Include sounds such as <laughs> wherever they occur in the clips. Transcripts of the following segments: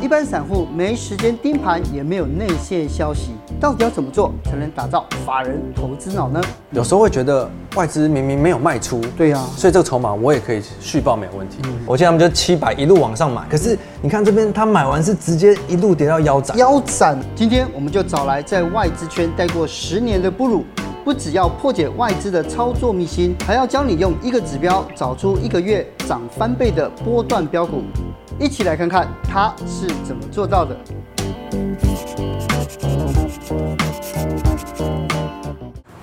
一般散户没时间盯盘，也没有内线消息，到底要怎么做才能打造法人投资脑呢？有时候会觉得外资明明没有卖出，对啊嗯所以这个筹码我也可以续报没有问题。我记得他们就七百一路往上买，可是你看这边他买完是直接一路跌到腰斩，腰斩。今天我们就找来在外资圈待过十年的布鲁，不只要破解外资的操作秘辛，还要教你用一个指标找出一个月涨翻倍的波段标股。一起来看看他是怎么做到的。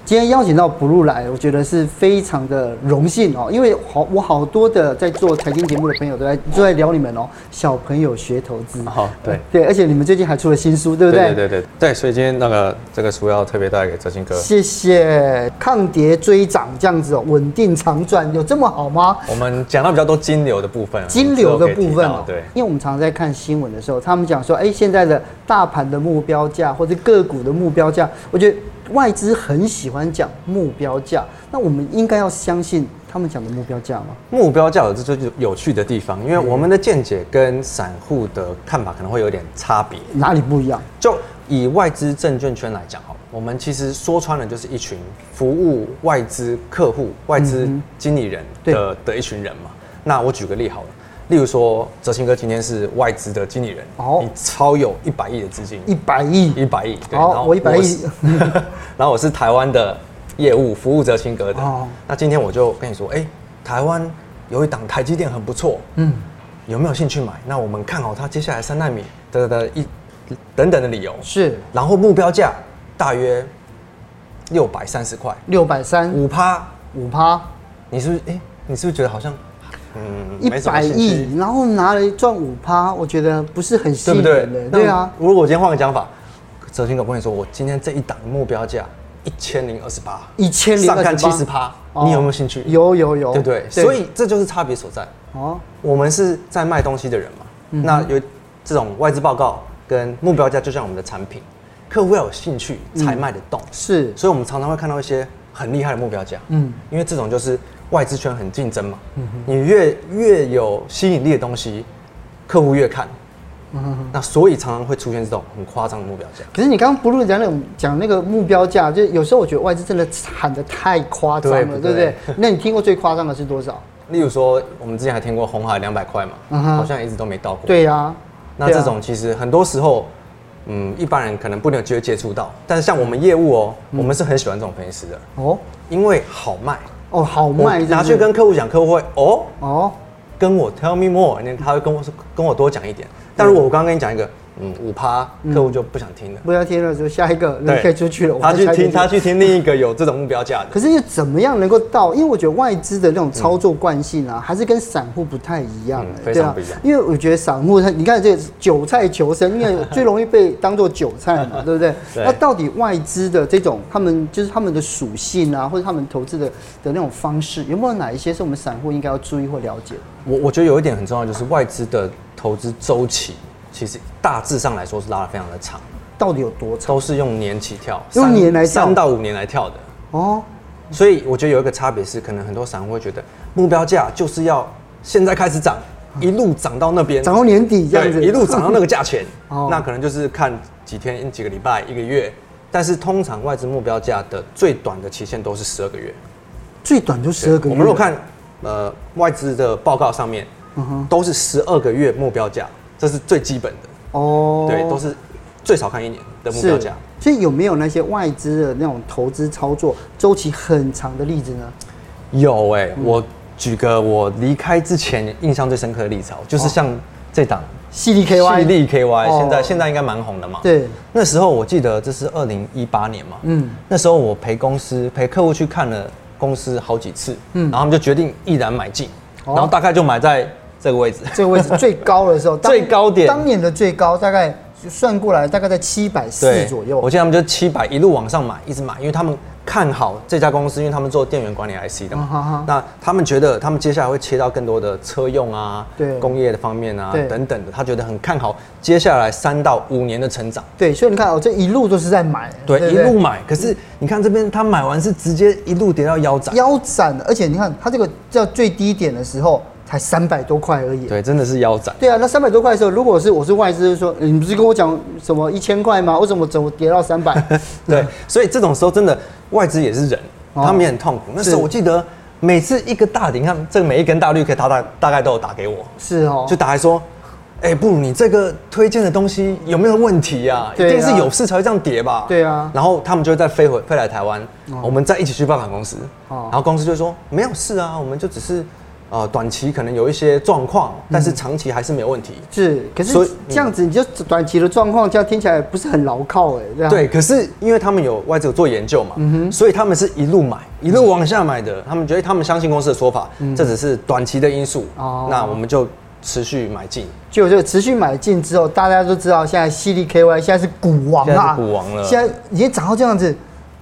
今天邀请到布鲁来，我觉得是非常的荣幸哦，因为好我好多的在做财经节目的朋友都在都在聊你们哦，小朋友学投资。好对对，而且你们最近还出了新书，对不对？对对对对对，所以今天那个这个书要特别带给哲兴哥。谢谢，抗跌追涨这样子、哦，稳定长赚，有这么好吗？嗯我们讲到比较多金流的部分啊，金流的之后可部以提分、到哦，对，因为我们常常在看新闻的时候，他们讲说，哎，现在的大盘的目标价或者个股的目标价，我觉得外资很喜欢讲目标价，那我们应该要相信他们讲的目标价吗？目标价有这就是有趣的地方，因为我们的见解跟散户的看法可能会有点差别。哪里不一样？就以外资证券圈来讲好了，我们其实说穿了就是一群服务外资客户、外资经理人对的、的一群人嘛。那我举个例好了，例如说哲兴哥今天是外资的经理人，哦你超有一百亿的资金，一百亿，一百亿，对好然后我100亿是 <laughs> 然后我是台湾的业务服务哲青格的。哦那今天我就跟你说，哎、台湾有一档台积电很不错，嗯，有没有兴趣买？那我们看好它接下来三纳米的的一等等的理由，是然后目标价大约六百三十块，六百三五趴，五趴，你是不是？哎、你是不是觉得好像，嗯，一没什么百兴趣亿，然后拿来赚五趴，我觉得不是很吸对不引对人的，？那对啊。如果我今天换个讲法，哲兴哥我跟你说，我今天这一档的目标价一千零二十八， 1028上看七十趴，哦你有没有兴趣？，有有有，对不对？所以这就是差别所在。哦，我们是在卖东西的人嘛，嗯那有这种外资报告跟目标价，就像我们的产品，客户要有兴趣才嗯卖得动。是所以我们常常会看到一些很厉害的目标价，嗯嗯，因为这种就是外资圈很竞争嘛，你越越有吸引力的东西，客户越看，嗯那所以常常会出现这种很夸张的目标价。可是你刚刚不论讲那种讲那个目标价，就有时候我觉得外资真的喊的太夸张了，对对不不对对？那你听过最夸张的是多少？例如说，我们之前还听过红海两百块嘛，嗯哼好像一直都没到过。，对呀、啊，那这种其实很多时候，嗯，一般人可能不能有机会接触到，但是像我们业务哦，嗯我们是很喜欢这种分析师的，哦因为好卖，哦好卖我是不是，拿去跟客户讲，客户会哦，哦跟我 tell me more，那他会跟我说跟我多讲一点。但如果我刚刚跟你讲一个，嗯，五趴，客户就不想听了。不要听了，就下一个人对，可以出去了，我他再去下一个听，他去听另一个有这种目标价的。可是又怎么样能够到？因为我觉得外资的那种操作惯性啊，还是跟散户不太一样、嗯欸非对常啊不一样因为我觉得散户他，你看这个韭菜求生，因为最容易被当做韭菜 <laughs> 嘛，对不对？对那到底外资的这种他们就是他们的属性啊，或者他们投资的的那种方式，有没有哪一些是我们散户应该要注意或了解的？我我觉得有一点很重要，就是外资的投资周期，其实大致上来说是拉得非常的长，到底有多长？都是用年起跳，用三年来跳三到五年来跳的。哦，所以我觉得有一个差别是，可能很多散户会觉得目标价就是要现在开始涨，一路涨到那嗯边，涨到年底这样子，对，一路涨到那个价钱 <laughs> 哦，那可能就是看几天、几个礼拜、一个月。但是通常外资目标价的最短的期限都是十二个月。最短就十二个月。我们如果看呃外资的报告上面，嗯都是十二个月目标价，这是最基本的，哦，对，都是最少看一年的目标价。所以有没有那些外资的那种投资操作周期很长的例子呢？有哎、嗯我举个我离开之前印象最深刻的例子好，哦哦就是像这档 CDKY 细粒 KY，现哦在现在应该蛮红的嘛。对，那时候我记得这是二零一八年嘛，嗯嗯，那时候我陪公司陪客户去看了公司好几次，嗯，然后他们就决定毅然买进，哦然后大概就买在这个位置，这个位置最高的时 <laughs> 候，当最高点当年的最高大概算过来大概在七百四左右我。记得他们就七百一路往上买，一直买，因为他们看好这家公司，因为他们做电源管理 IC 的啊嘛。哈哈那他们觉得他们接下来会切到更多的车用啊，对工业的方面啊对等等的，他觉得很看好接下来三到五年的成长。对，所以你看哦，这一路都是在买，对，不一路买。嗯可是你看这边，他买完是直接一路跌到腰斩。腰斩，而且你看它这个叫最低点的时候，才三百多块而已。对，真的是腰斩。对啊，那三百多块的时候，如果是我是外资，就说你不是跟我讲什么一千块吗？为什么怎么跌到三百？ <laughs> 对，所以这种时候真的外资也是人，嗯哦他们也很痛苦。那时候我记得每次一个大底，你看这每一根大绿 K，他大大概都有打给我，是哦，就打来说，哎、不如你这个推荐的东西有没有问题呀、啊？对啊一定是有事才会这样跌吧？对啊然后他们就会再飞回飞来台湾，我们再一起去拜访公司，哦然后公司就说没有事啊，我们就只是呃短期可能有一些状况，嗯但是长期还是没有问题。是，可是所以这样嗯子你就短期的状况，这样听起来不是很牢靠哎、这样对，可是因为他们有外资有做研究嘛，嗯所以他们是一路买，一路往下买的。他们觉得他们相信公司的说法，这只是短期的因素。嗯哦那我们就持续买进。就就持续买进之后，大家都知道现在 C D K Y 现在是股王现在啊，是股王了现在已经涨到这样子，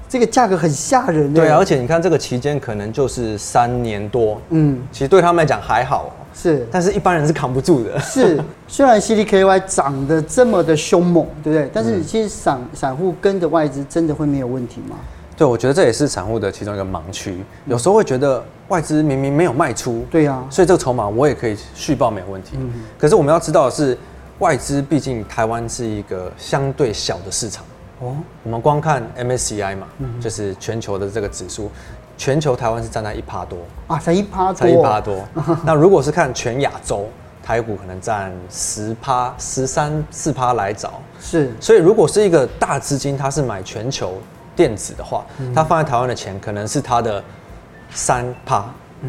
这个价格很吓人欸对啊，而且你看这个期间可能就是三年多，嗯，其实对他们来讲还好，是但是一般人是扛不住的。是，虽然 C D K Y 涨得这么的凶猛，对不对？但嗯是其实散散户跟着外资真的会没有问题吗？ <laughs> 对，我觉得这也是散户的其中一个盲区，有时候会觉得外资明明没有卖出，嗯对啊嗯所以这个筹码我也可以续报没有问题。可是我们要知道的是，外资毕竟台湾是一个相对小的市场，哦，我们光看 MSCI 嘛，就是全球的这个指数，全球台湾是占在一趴多，啊，才一趴多，才一趴多。那如果是看全亚洲，台股可能占十趴、十三四趴来找。是所以如果是一个大资金，它是买全球电子的话，它放在台湾的钱可能是它的三趴，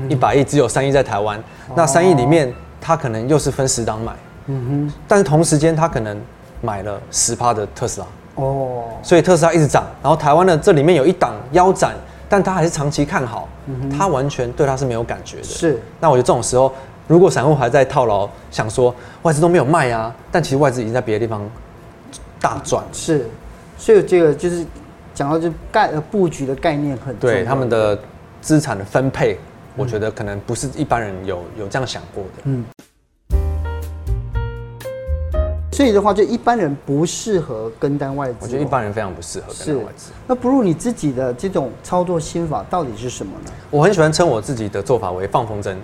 一百亿只有三亿在台湾，那三亿里面它可能又是分十档买，嗯但是同时间它可能买了十趴的特斯拉，哼，哦，所以特斯拉一直涨，然后台湾的这里面有一档腰斩，但他还是长期看好，他完全对他是没有感觉的。嗯是，那我觉得这种时候，如果散户还在套牢，想说外资都没有卖啊，但其实外资已经在别的地方大赚，是，所以这个就是讲到就概呃布局的概念很重要对他们的资产的分嗯配，我觉得可能不是一般人有有这样想过嗯的。所以的话，就一般人不适合跟单外资。哦我觉得一般人非常不适合跟是外资。。那不如你自己的这种操作心法到底是什么呢？我很喜欢称我自己的做法为放风筝，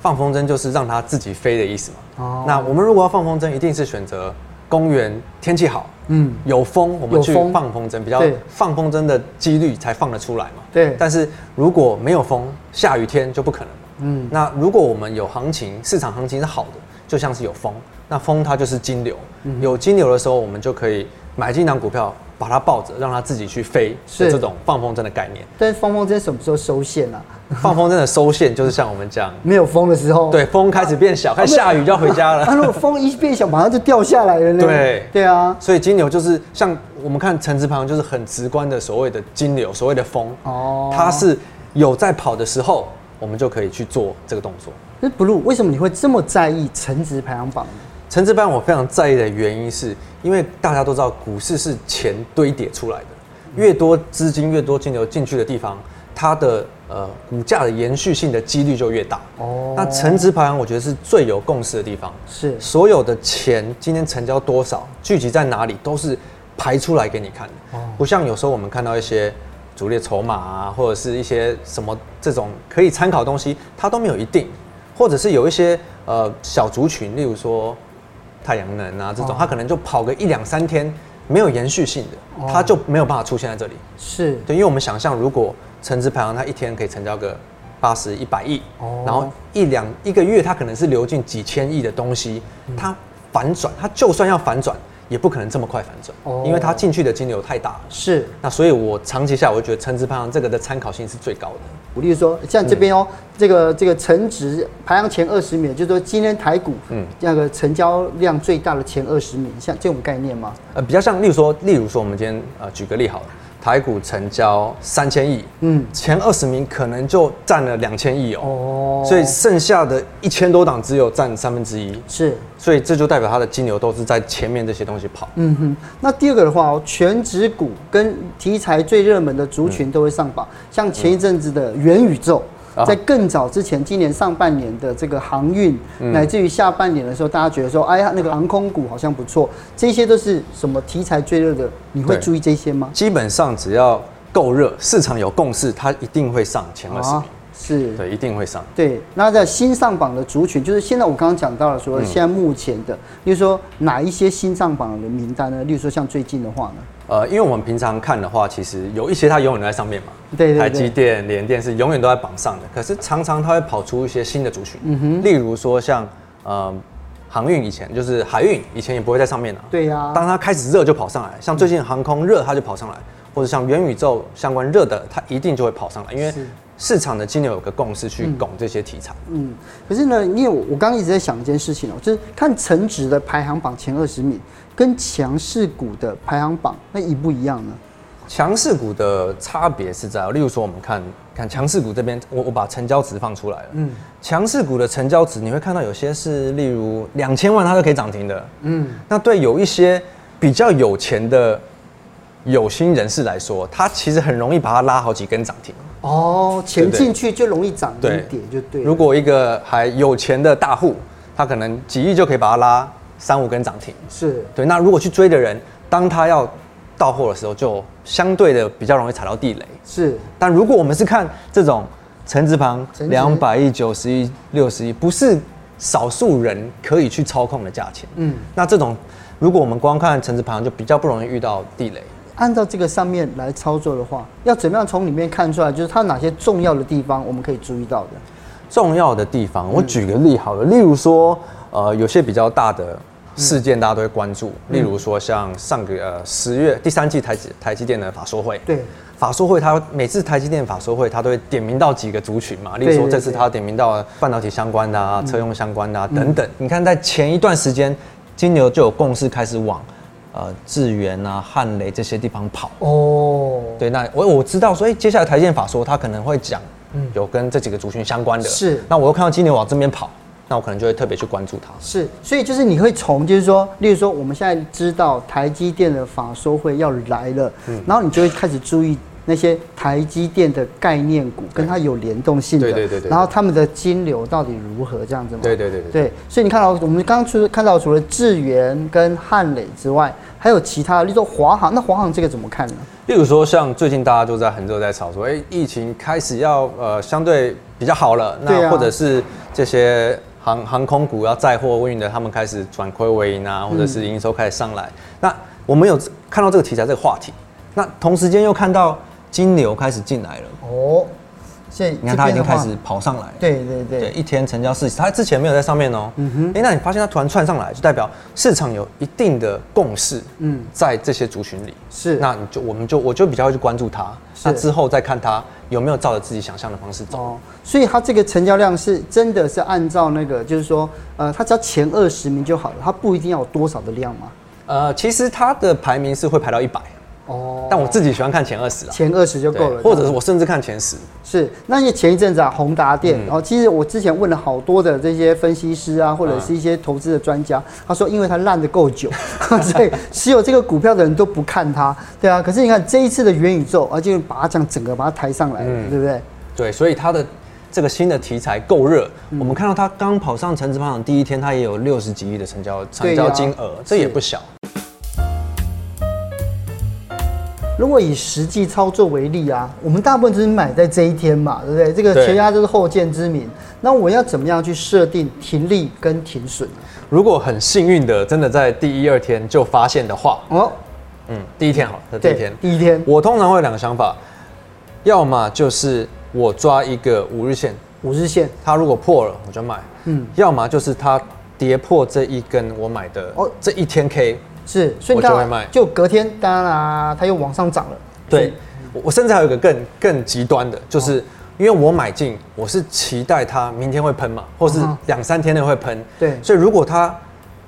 放风筝就是让它自己飞的意思嘛。哦那我们如果要放风筝，一定是选择公园天气好，嗯嗯，有风，我们有去风放风筝，比较对放风筝的几率才放得出来嘛。对但是如果没有风，下雨天就不可能嘛。嗯嗯，那如果我们有行情，市场行情是好的，就像是有风，那风它就是金流，嗯有金流的时候，我们就可以买进一档股票，把它抱着，让它自己去飞，是是这种放风筝的概念。但是放风筝什么时候收线啊？放风筝的收线就是像我们讲，没有风的时候。对，。风开始变小，开始下雨就要回家 <laughs> 啊，了。如果风一变小，马上就掉下来了呢。对对啊。所以金牛就是像我们看陈志旁，就是很直观的所谓的金牛，所谓的风，哦它是有在跑的时候，我们就可以去做这个动作。那 Blue 为什么你会这么在意成值排行榜呢？陈志班我非常在意的原因是，因为大家都知道股市是钱堆叠出来的，越多资金越多金流进去的地方，它的呃股价的延续性的几率就越大。哦哦，那成值排行我觉得是最有共识的地方，是所有的钱今天成交多少，聚集在哪里，都是排出来给你看的。不像有时候我们看到一些主力筹码啊，或者是一些什么这种可以参考的东西，它都没有一定，或者是有一些呃小族群，例如说太阳能啊这种，它可能就跑个一两三天，没有延续性的，它就没有办法出现在这里。是对，因为我们想象，如果成值排行它一天可以成交个八十一百亿，哦然后一两一个月它可能是流进几千亿的东西，嗯它反转，它就算要反转，也不可能这么快反转，哦因为它进去的金流太大了。是。那所以，我长期下来，我觉得成值排行这个的参考性是最高的。我例如说，像这边哦，嗯这个这个成值排行前二十名，就是说今天台股嗯嗯那个成交量最大的前二十名，像这种概念吗？呃，比较像，例如说，例如说，我们今天呃举个例好了，台股成交三千亿，嗯嗯，前二十名可能就占了两千亿哦，哦所以剩下的一千多档只有占三分之一。是所以这就代表它的金流都是在前面这些东西跑。嗯哼，那第二个的话哦，全指股跟题材最热门的族群都会上榜，像前一阵子的元宇宙。嗯啊在更早之前，今年上半年的这个航运，嗯乃至于下半年的时候，大家觉得说，哎呀，那个航空股好像不错，这些都是什么题材最热的？你会对注意这些吗？基本上只要够热，市场有共识，它一定会上前二十名。啊是对，一定会上。对，那在新上榜的族群，就是现在我刚刚讲到了嗯说，现在目前的，例如说哪一些新上榜的名单呢？例如说像最近的话呢，呃，因为我们平常看的话，其实有一些它永远都在上面嘛，对对对台积电、联电是永远都在榜上的。可是常常它会跑出一些新的族群，嗯哼，例如说像呃航运以前就是海运以前也不会在上面的、啊对呀当它开始热就跑上来，像最近航空热它就跑上来，或者像元宇宙相关热的，它一定就会跑上来，因为是市场的金流有个共识去拱这些题材。嗯，可是呢，因为我我刚刚一直在想一件事情哦、就是看成指的排行榜前二十名跟强势股的排行榜那一不一样呢？强势股的差别是在，例如说我们看看强势股这边，我我把成交值放出来了。嗯，强势股的成交值你会看到有些是例如两千万它都可以涨停的。嗯，那对有一些比较有钱的有心人士来说，他其实很容易把它拉好几根涨停。哦，钱对对进去就容易涨一对点，就对了。如果一个还有钱的大户，他可能几亿就可以把它拉三五根涨停。是对，那如果去追的人，当他要到货的时候，就相对的比较容易踩到地雷。是，但如果我们是看这种橙字旁橙两子百亿、九十亿、六十亿，不是少数人可以去操控的价钱。嗯嗯，那这种如果我们光看橙字旁，就比较不容易遇到地雷。按照这个上面来操作的话，要怎么样从里面看出来，就是它哪些重要的地方我们可以注意到的？重要的地嗯方，我举个例好了，例如说，呃，有些比较大的事件大家都会关注，嗯例如说像上个呃十月第三季台积台积电的法说会，对，法说会它每次台积电法说会，它都会点名到几个族群嘛，例如对说对嗯这次它点名到半导体相关的啊、车用相关的啊等等。你看在前一段时间，金牛就有共识开始往呃智源啊、汉雷这些地方跑。哦，对，那我我知道说，哎、接下来台建法说他可能会讲，有跟这几个族群相关的，是那我又看到金牛往这边跑，那我可能就会特别去关注它。是，所以就是你会从，就是说，例如说我们现在知道台积电的法说会要来了，嗯然后你就会开始注意那些台积电的概念股跟它有联动性的，对对对对对然后他们的金流到底如何这样子吗？对对对对对对，所以你看到我们刚刚除了看到除了智源跟汉磊之外，还有其他的，例如说华航，那华航这个怎么看呢？例如说，像最近大家都在很热在吵说，哎、疫情开始要呃相对比较好了，对啊那或者是这些航航空股要载货运的，他们开始转亏为盈啊，或者是营收开始上来。那我们有看到这个题材这个话题，那同时间又看到金牛开始进来了，哦，现在你看这它已边经的开话始，跑上来了。对对对，对，一天成交四十，它之前没有在上面哦。嗯哼，哎、那你发现它突然窜上来，就代表市场有一定的共识，嗯嗯，在这些族群里是那你就我们就我就比较会去关注它，是那之后再看它有没有照着自己想象的方式走。哦，所以它这个成交量是真的是按照那个，就是说，呃，它只要前二十名就好了，它不一定要有多少的量嘛。呃，其实它的排名是会排到一百、哦，但我自己喜欢看前二十啊，前二十就够对了，，或者是我甚至看前十。是，那也前一阵子啊，宏达电，嗯然后、其实我之前问了好多的这些分析师啊，或者是一些投资的专家，他说因为它烂的够久， <laughs> 所以持有这个股票的人都不看它，对啊。可是你看这一次的元宇宙，啊，就把它讲整个把它抬上来了，嗯对不对？对，所以它的这个新的题材够热，嗯我们看到它刚跑上成指榜第一天，它也有六十几亿的成交对成交呀金额，这也是不小。如果以实际操作为例啊，我们大部分就是买在这一天嘛，对不对？这个全家就是后见之明。那我要怎么样去设定停利跟停损呢？如果很幸运的，真的在第一二天就发现的话，哦，嗯，第一天好了，那第一对天，，第一天我通常会有两个想法，要么就是我抓一个五日线，五日线，它如果破了我就买，嗯嗯，要么就是它跌破这一根我买的哦哦这一天 K，是，所以你我就会看啊卖就隔天，当然啦，它又往上涨了。对我我甚至还有一个更更极端哦的，就是。因为我买进，我是期待它明天会喷嘛，或是嗯哼两三天内会喷。对所以如果它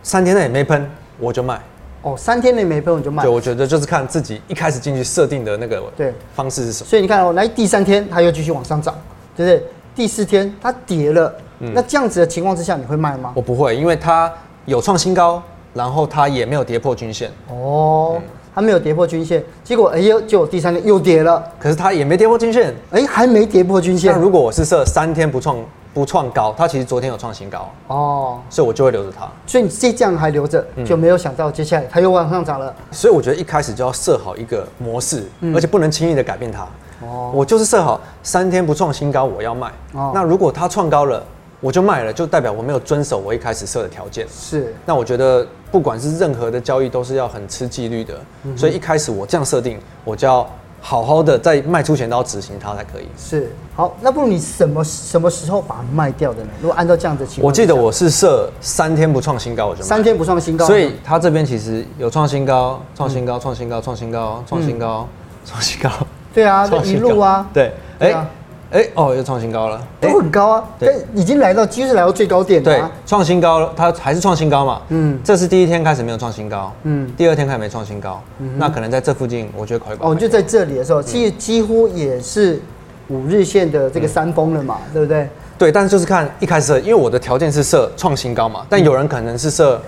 三天内没喷，我就卖。哦，三天内没喷我就卖对，。我觉得就是看自己一开始进去设定的那个对方式是什么。所以你看哦，来第三天它又继续往上涨，对不对？第四天它跌了，嗯那这样子的情况之下，你会卖吗？我不会，因为它有创新高，然后它也没有跌破均线，哦，它没有跌破均线，结果哎呦，就第三天又跌了，可是它也没跌破均线。哎，还没跌破均线那。如果我是设三天不创不创高，它其实昨天有创新高，哦，所以我就会留着它。所以你这这样还留着，嗯就没有想到接下来它又往上涨了。所以我觉得一开始就要设好一个模式，而且不能轻易的改变它。嗯哦我就是设好三天不创新高我要卖。哦那如果它创高了，我就卖了，就代表我没有遵守我一开始设的条件。是那我觉得不管是任何的交易都是要很吃纪律的，嗯所以一开始我这样设定，我就要好好的在卖出前都要执行它才可以。是。好，那不如你什么什么时候把它卖掉的呢？如果按照这样的情况，我记得我是设三天不创新高，我就卖三天不创新高，嗯所以它这边其实有创新高、创新高、创新高、创新高、创新高、创新高，对啊，就创嗯一新高路啊，对，对哎啊哎哦，又创新高了，都很高啊，但对已经来到几乎是来到最高点了对啊，，创新高了，它还是创新高嘛，嗯嗯，这是第一天开始没有创新高，嗯嗯，第二天开始没创新高，那可能在这附近，我觉得可以把它哦，卖就在这里的时候，嗯其实几乎也是五日线的这个山峰了嗯嘛，对不对？对，但是就是看一开始设，因为我的条件是设创新高嘛，但有人可能是设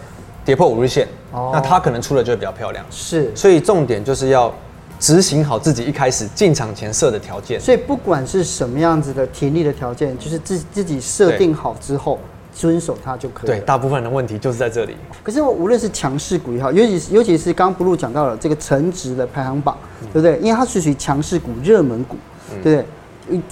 跌破五日线，嗯哦那他可能出的就会比较漂亮，是，所以重点就是要执行好自己一开始进场前设的条件。所以不管是什么样子的停利的条件，就是自自己设定好之后，遵守它就可以对，了。大部分人的问题就是在这里。可是我无论是强势股也好，尤其是尤其是刚刚不露讲到了这个成值的排行榜，嗯对不对？因为它是属于强势股、热门股，对不对？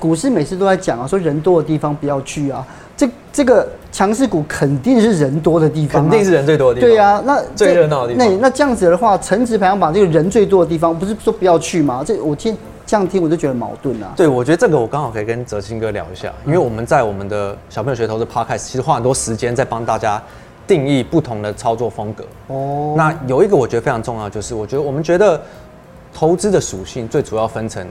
股市每次都在讲啊，说人多的地方不要去啊。这这个强势股肯定是人多的地方啊、肯定是人最多的地方对啊，那最这热闹的地方那那这样子的话，成值排行榜这个人最多的地方，不是说不要去吗？这我听这样听我就觉得矛盾啊。对，我觉得这个我刚好可以跟哲青哥聊一下，嗯因为我们在我们的小朋友学投资 podcast，其实花很多时间在帮大家定义不同的操作风格。哦，那有一个我觉得非常重要，就是我觉得我们觉得投资的属性最主要分成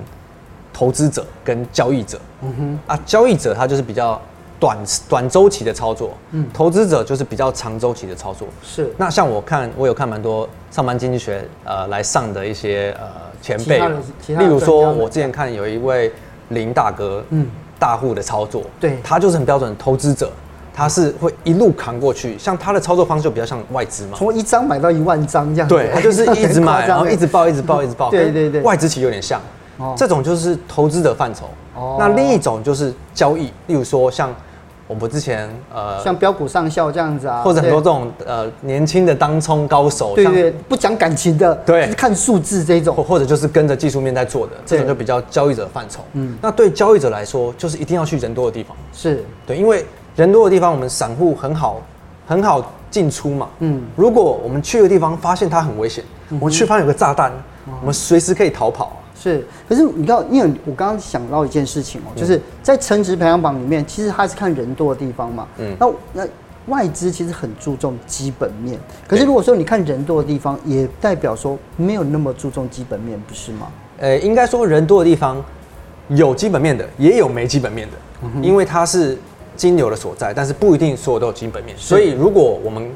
投资者跟交易者。嗯哼，啊，交易者他就是比较短短周期的操作，嗯，投资者就是比较长周期的操作。是那像我看，我有看蛮多上班经济学呃来上的一些呃前其辈他的其他，的例如专家说们我之前看有一位林大哥，嗯嗯，大户的操作，对他就是很标准的投资者，他是会一路扛过去，像他的操作方式就比较像外资嘛，从一张买到一万张 <laughs> 这样子，对，他就是一直 <laughs> 很夸买，张然后欸一直报，一直报，一直报。对跟对对外资其实有点像哦，这种就是投资者范畴哦。那另一种就是交易，例如说像我们之前呃，像标股上校这样子啊，或者很对多这种呃年轻的当冲高手，对像对，不讲感情的，对哦就是看数字这或种，或者就是跟着技术面在做的，这种对就比较交易者范畴。嗯，那对交易者来说，就是一定要去人多的地方。是对，因为人多的地方，我们散户很好很好进出嘛。嗯嗯，如果我们去的地方发现它很危险，我们去发现有个炸弹，哦我们随时可以逃跑啊。是。可是你知道，因为我刚刚想到一件事情哦、嗯就是在成值排行榜里面，其实它是看人多的地方嘛。嗯嗯。那那外资其实很注重基本面，可是如果说你看人多的地方，也代表说没有那么注重基本面，不是吗？呃，应该说人多的地方有基本面的，也有没基本面的，因为它是金流的所在，但是不一定所有都有基本面。所以如果我们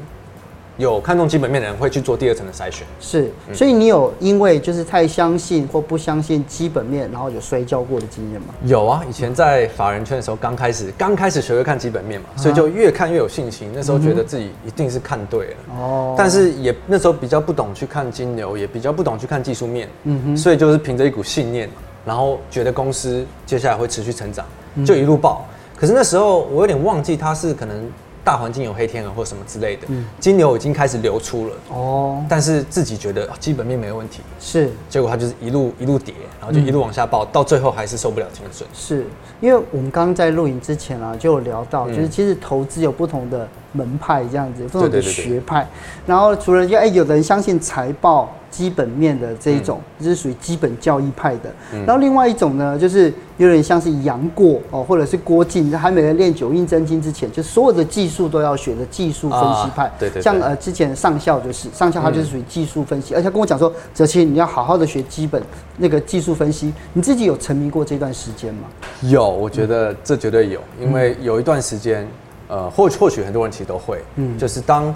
有看重基本面的人，会去做第二层的筛选。是。嗯所以你有因为就是太相信或不相信基本面，然后有摔跤过的经验吗？有啊，以前在法人圈的时候，刚开始刚开始学会看基本面嘛，所以就越看越有信心。那时候觉得自己一定是看对了，哦但是也那时候比较不懂去看金牛，也比较不懂去看技术面，所以就是凭着一股信念，然后觉得公司接下来会持续成长，就一路爆。可是那时候我有点忘记它是可能大环境有黑天鹅或什么之类的，金牛已经开始流出了，哦，但是自己觉得、啊基本面没问题，是。结果它就是一路一路跌，然后就一路往下爆，到最后还是受不了停损。嗯是因为我们刚刚在录影之前啊，就有聊到，就是其实投资有不同的门派这样子，不同的对对对对学派。然后除了就哎、有的人相信财报基本面的这一种，嗯就是属于基本教义派的。然后另外一种呢，就是有点像是杨过哦，或者是郭靖，还没人练九阴真经之前，就所有的技术都要学的技术分析派。啊对嗯对对像呃之前上校就是上校，他就是属于技术分析，而且他跟我讲说，哲青你要好好的学基本那个技术分析。你自己有沉迷过这段时间吗？有，我觉得这绝对有，因为有一段时间，呃，或或许很多人其实都会，嗯，就是当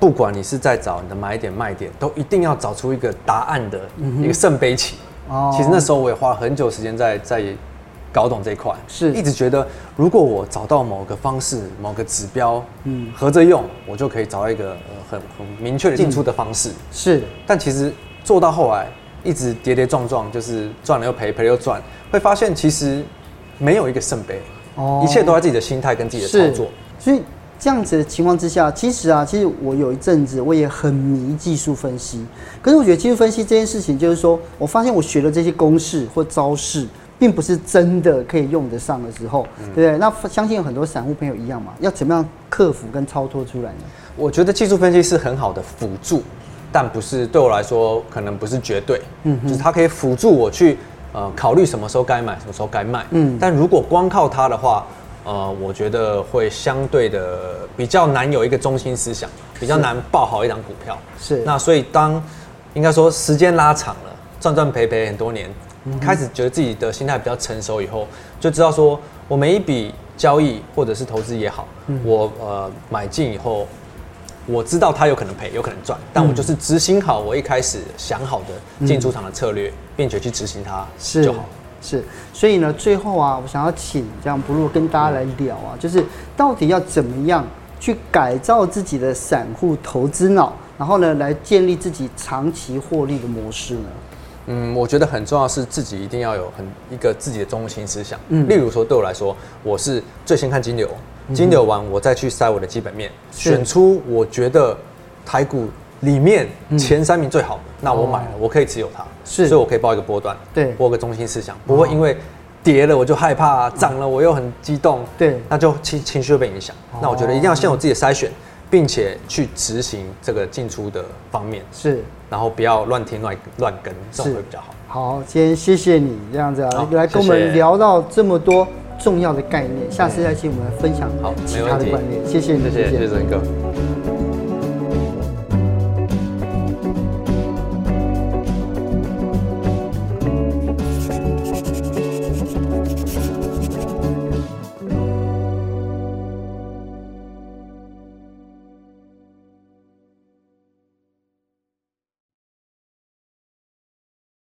不管你是在找你的买点卖点，都一定要找出一个答案的一个圣杯棋。哦其实那时候我也花了很久时间在在搞懂这一块，是一直觉得如果我找到某个方式、某个指标，嗯，合着用，我就可以找到一个、呃很很明确的进出的方式。是但其实做到后来，一直跌跌撞撞，就是赚了又赔，赔了又赚，会发现其实没有一个圣杯，哦一切都在自己的心态跟自己的操作。所以这样子的情况之下，其实啊，其实我有一阵子我也很迷技术分析，可是我觉得技术分析这件事情，就是说我发现我学的这些公式或招式。并不是真的可以用得上的时候，嗯对不对？那相信有很多散户朋友一样嘛，要怎么样克服跟超脱出来呢？我觉得技术分析是很好的辅助，但不是对我来说可能不是绝对，嗯，就是它可以辅助我去呃考虑什么时候该买，什么时候该卖，嗯嗯，但如果光靠它的话，呃，我觉得会相对的比较难有一个中心思想，比较难抱好一档股票，是那所以当应该说时间拉长了，赚赚赔赔很多年，开始觉得自己的心态比较成熟以后，就知道说我每一笔交易或者是投资也好，我呃买进以后，我知道它有可能赔，有可能赚，但我就是执行好我一开始想好的进出场的策略，并且去执行它是就好。是，所以呢，最后啊，我想要请这样不如跟大家来聊啊，嗯就是到底要怎么样去改造自己的散户投资脑，然后呢，来建立自己长期获利的模式呢？嗯，我觉得很重要是自己一定要有很一个自己的中心思想。嗯例如说对我来说，我是最先看金流，金流完我再去筛我的基本面，是选出我觉得台股里面前三名最好的，那我买了，我可以持有嗯它，哦是所以我可以报一个波段，对哦我有个中心思想，不会因为跌了我就害怕，啊涨了我又很激动，对哦那就情情绪会被影响。那我觉得一定要先有自己的筛选，并且去执行这个进出的方面。是。然后不要乱听乱乱跟，这种会比较好。好，今天谢谢你这样子啊好，来跟我谢们谢聊到这么多重要的概念，下次再请我们分享好没其他的问题观念。谢谢你，谢谢，谢谢曾哥。好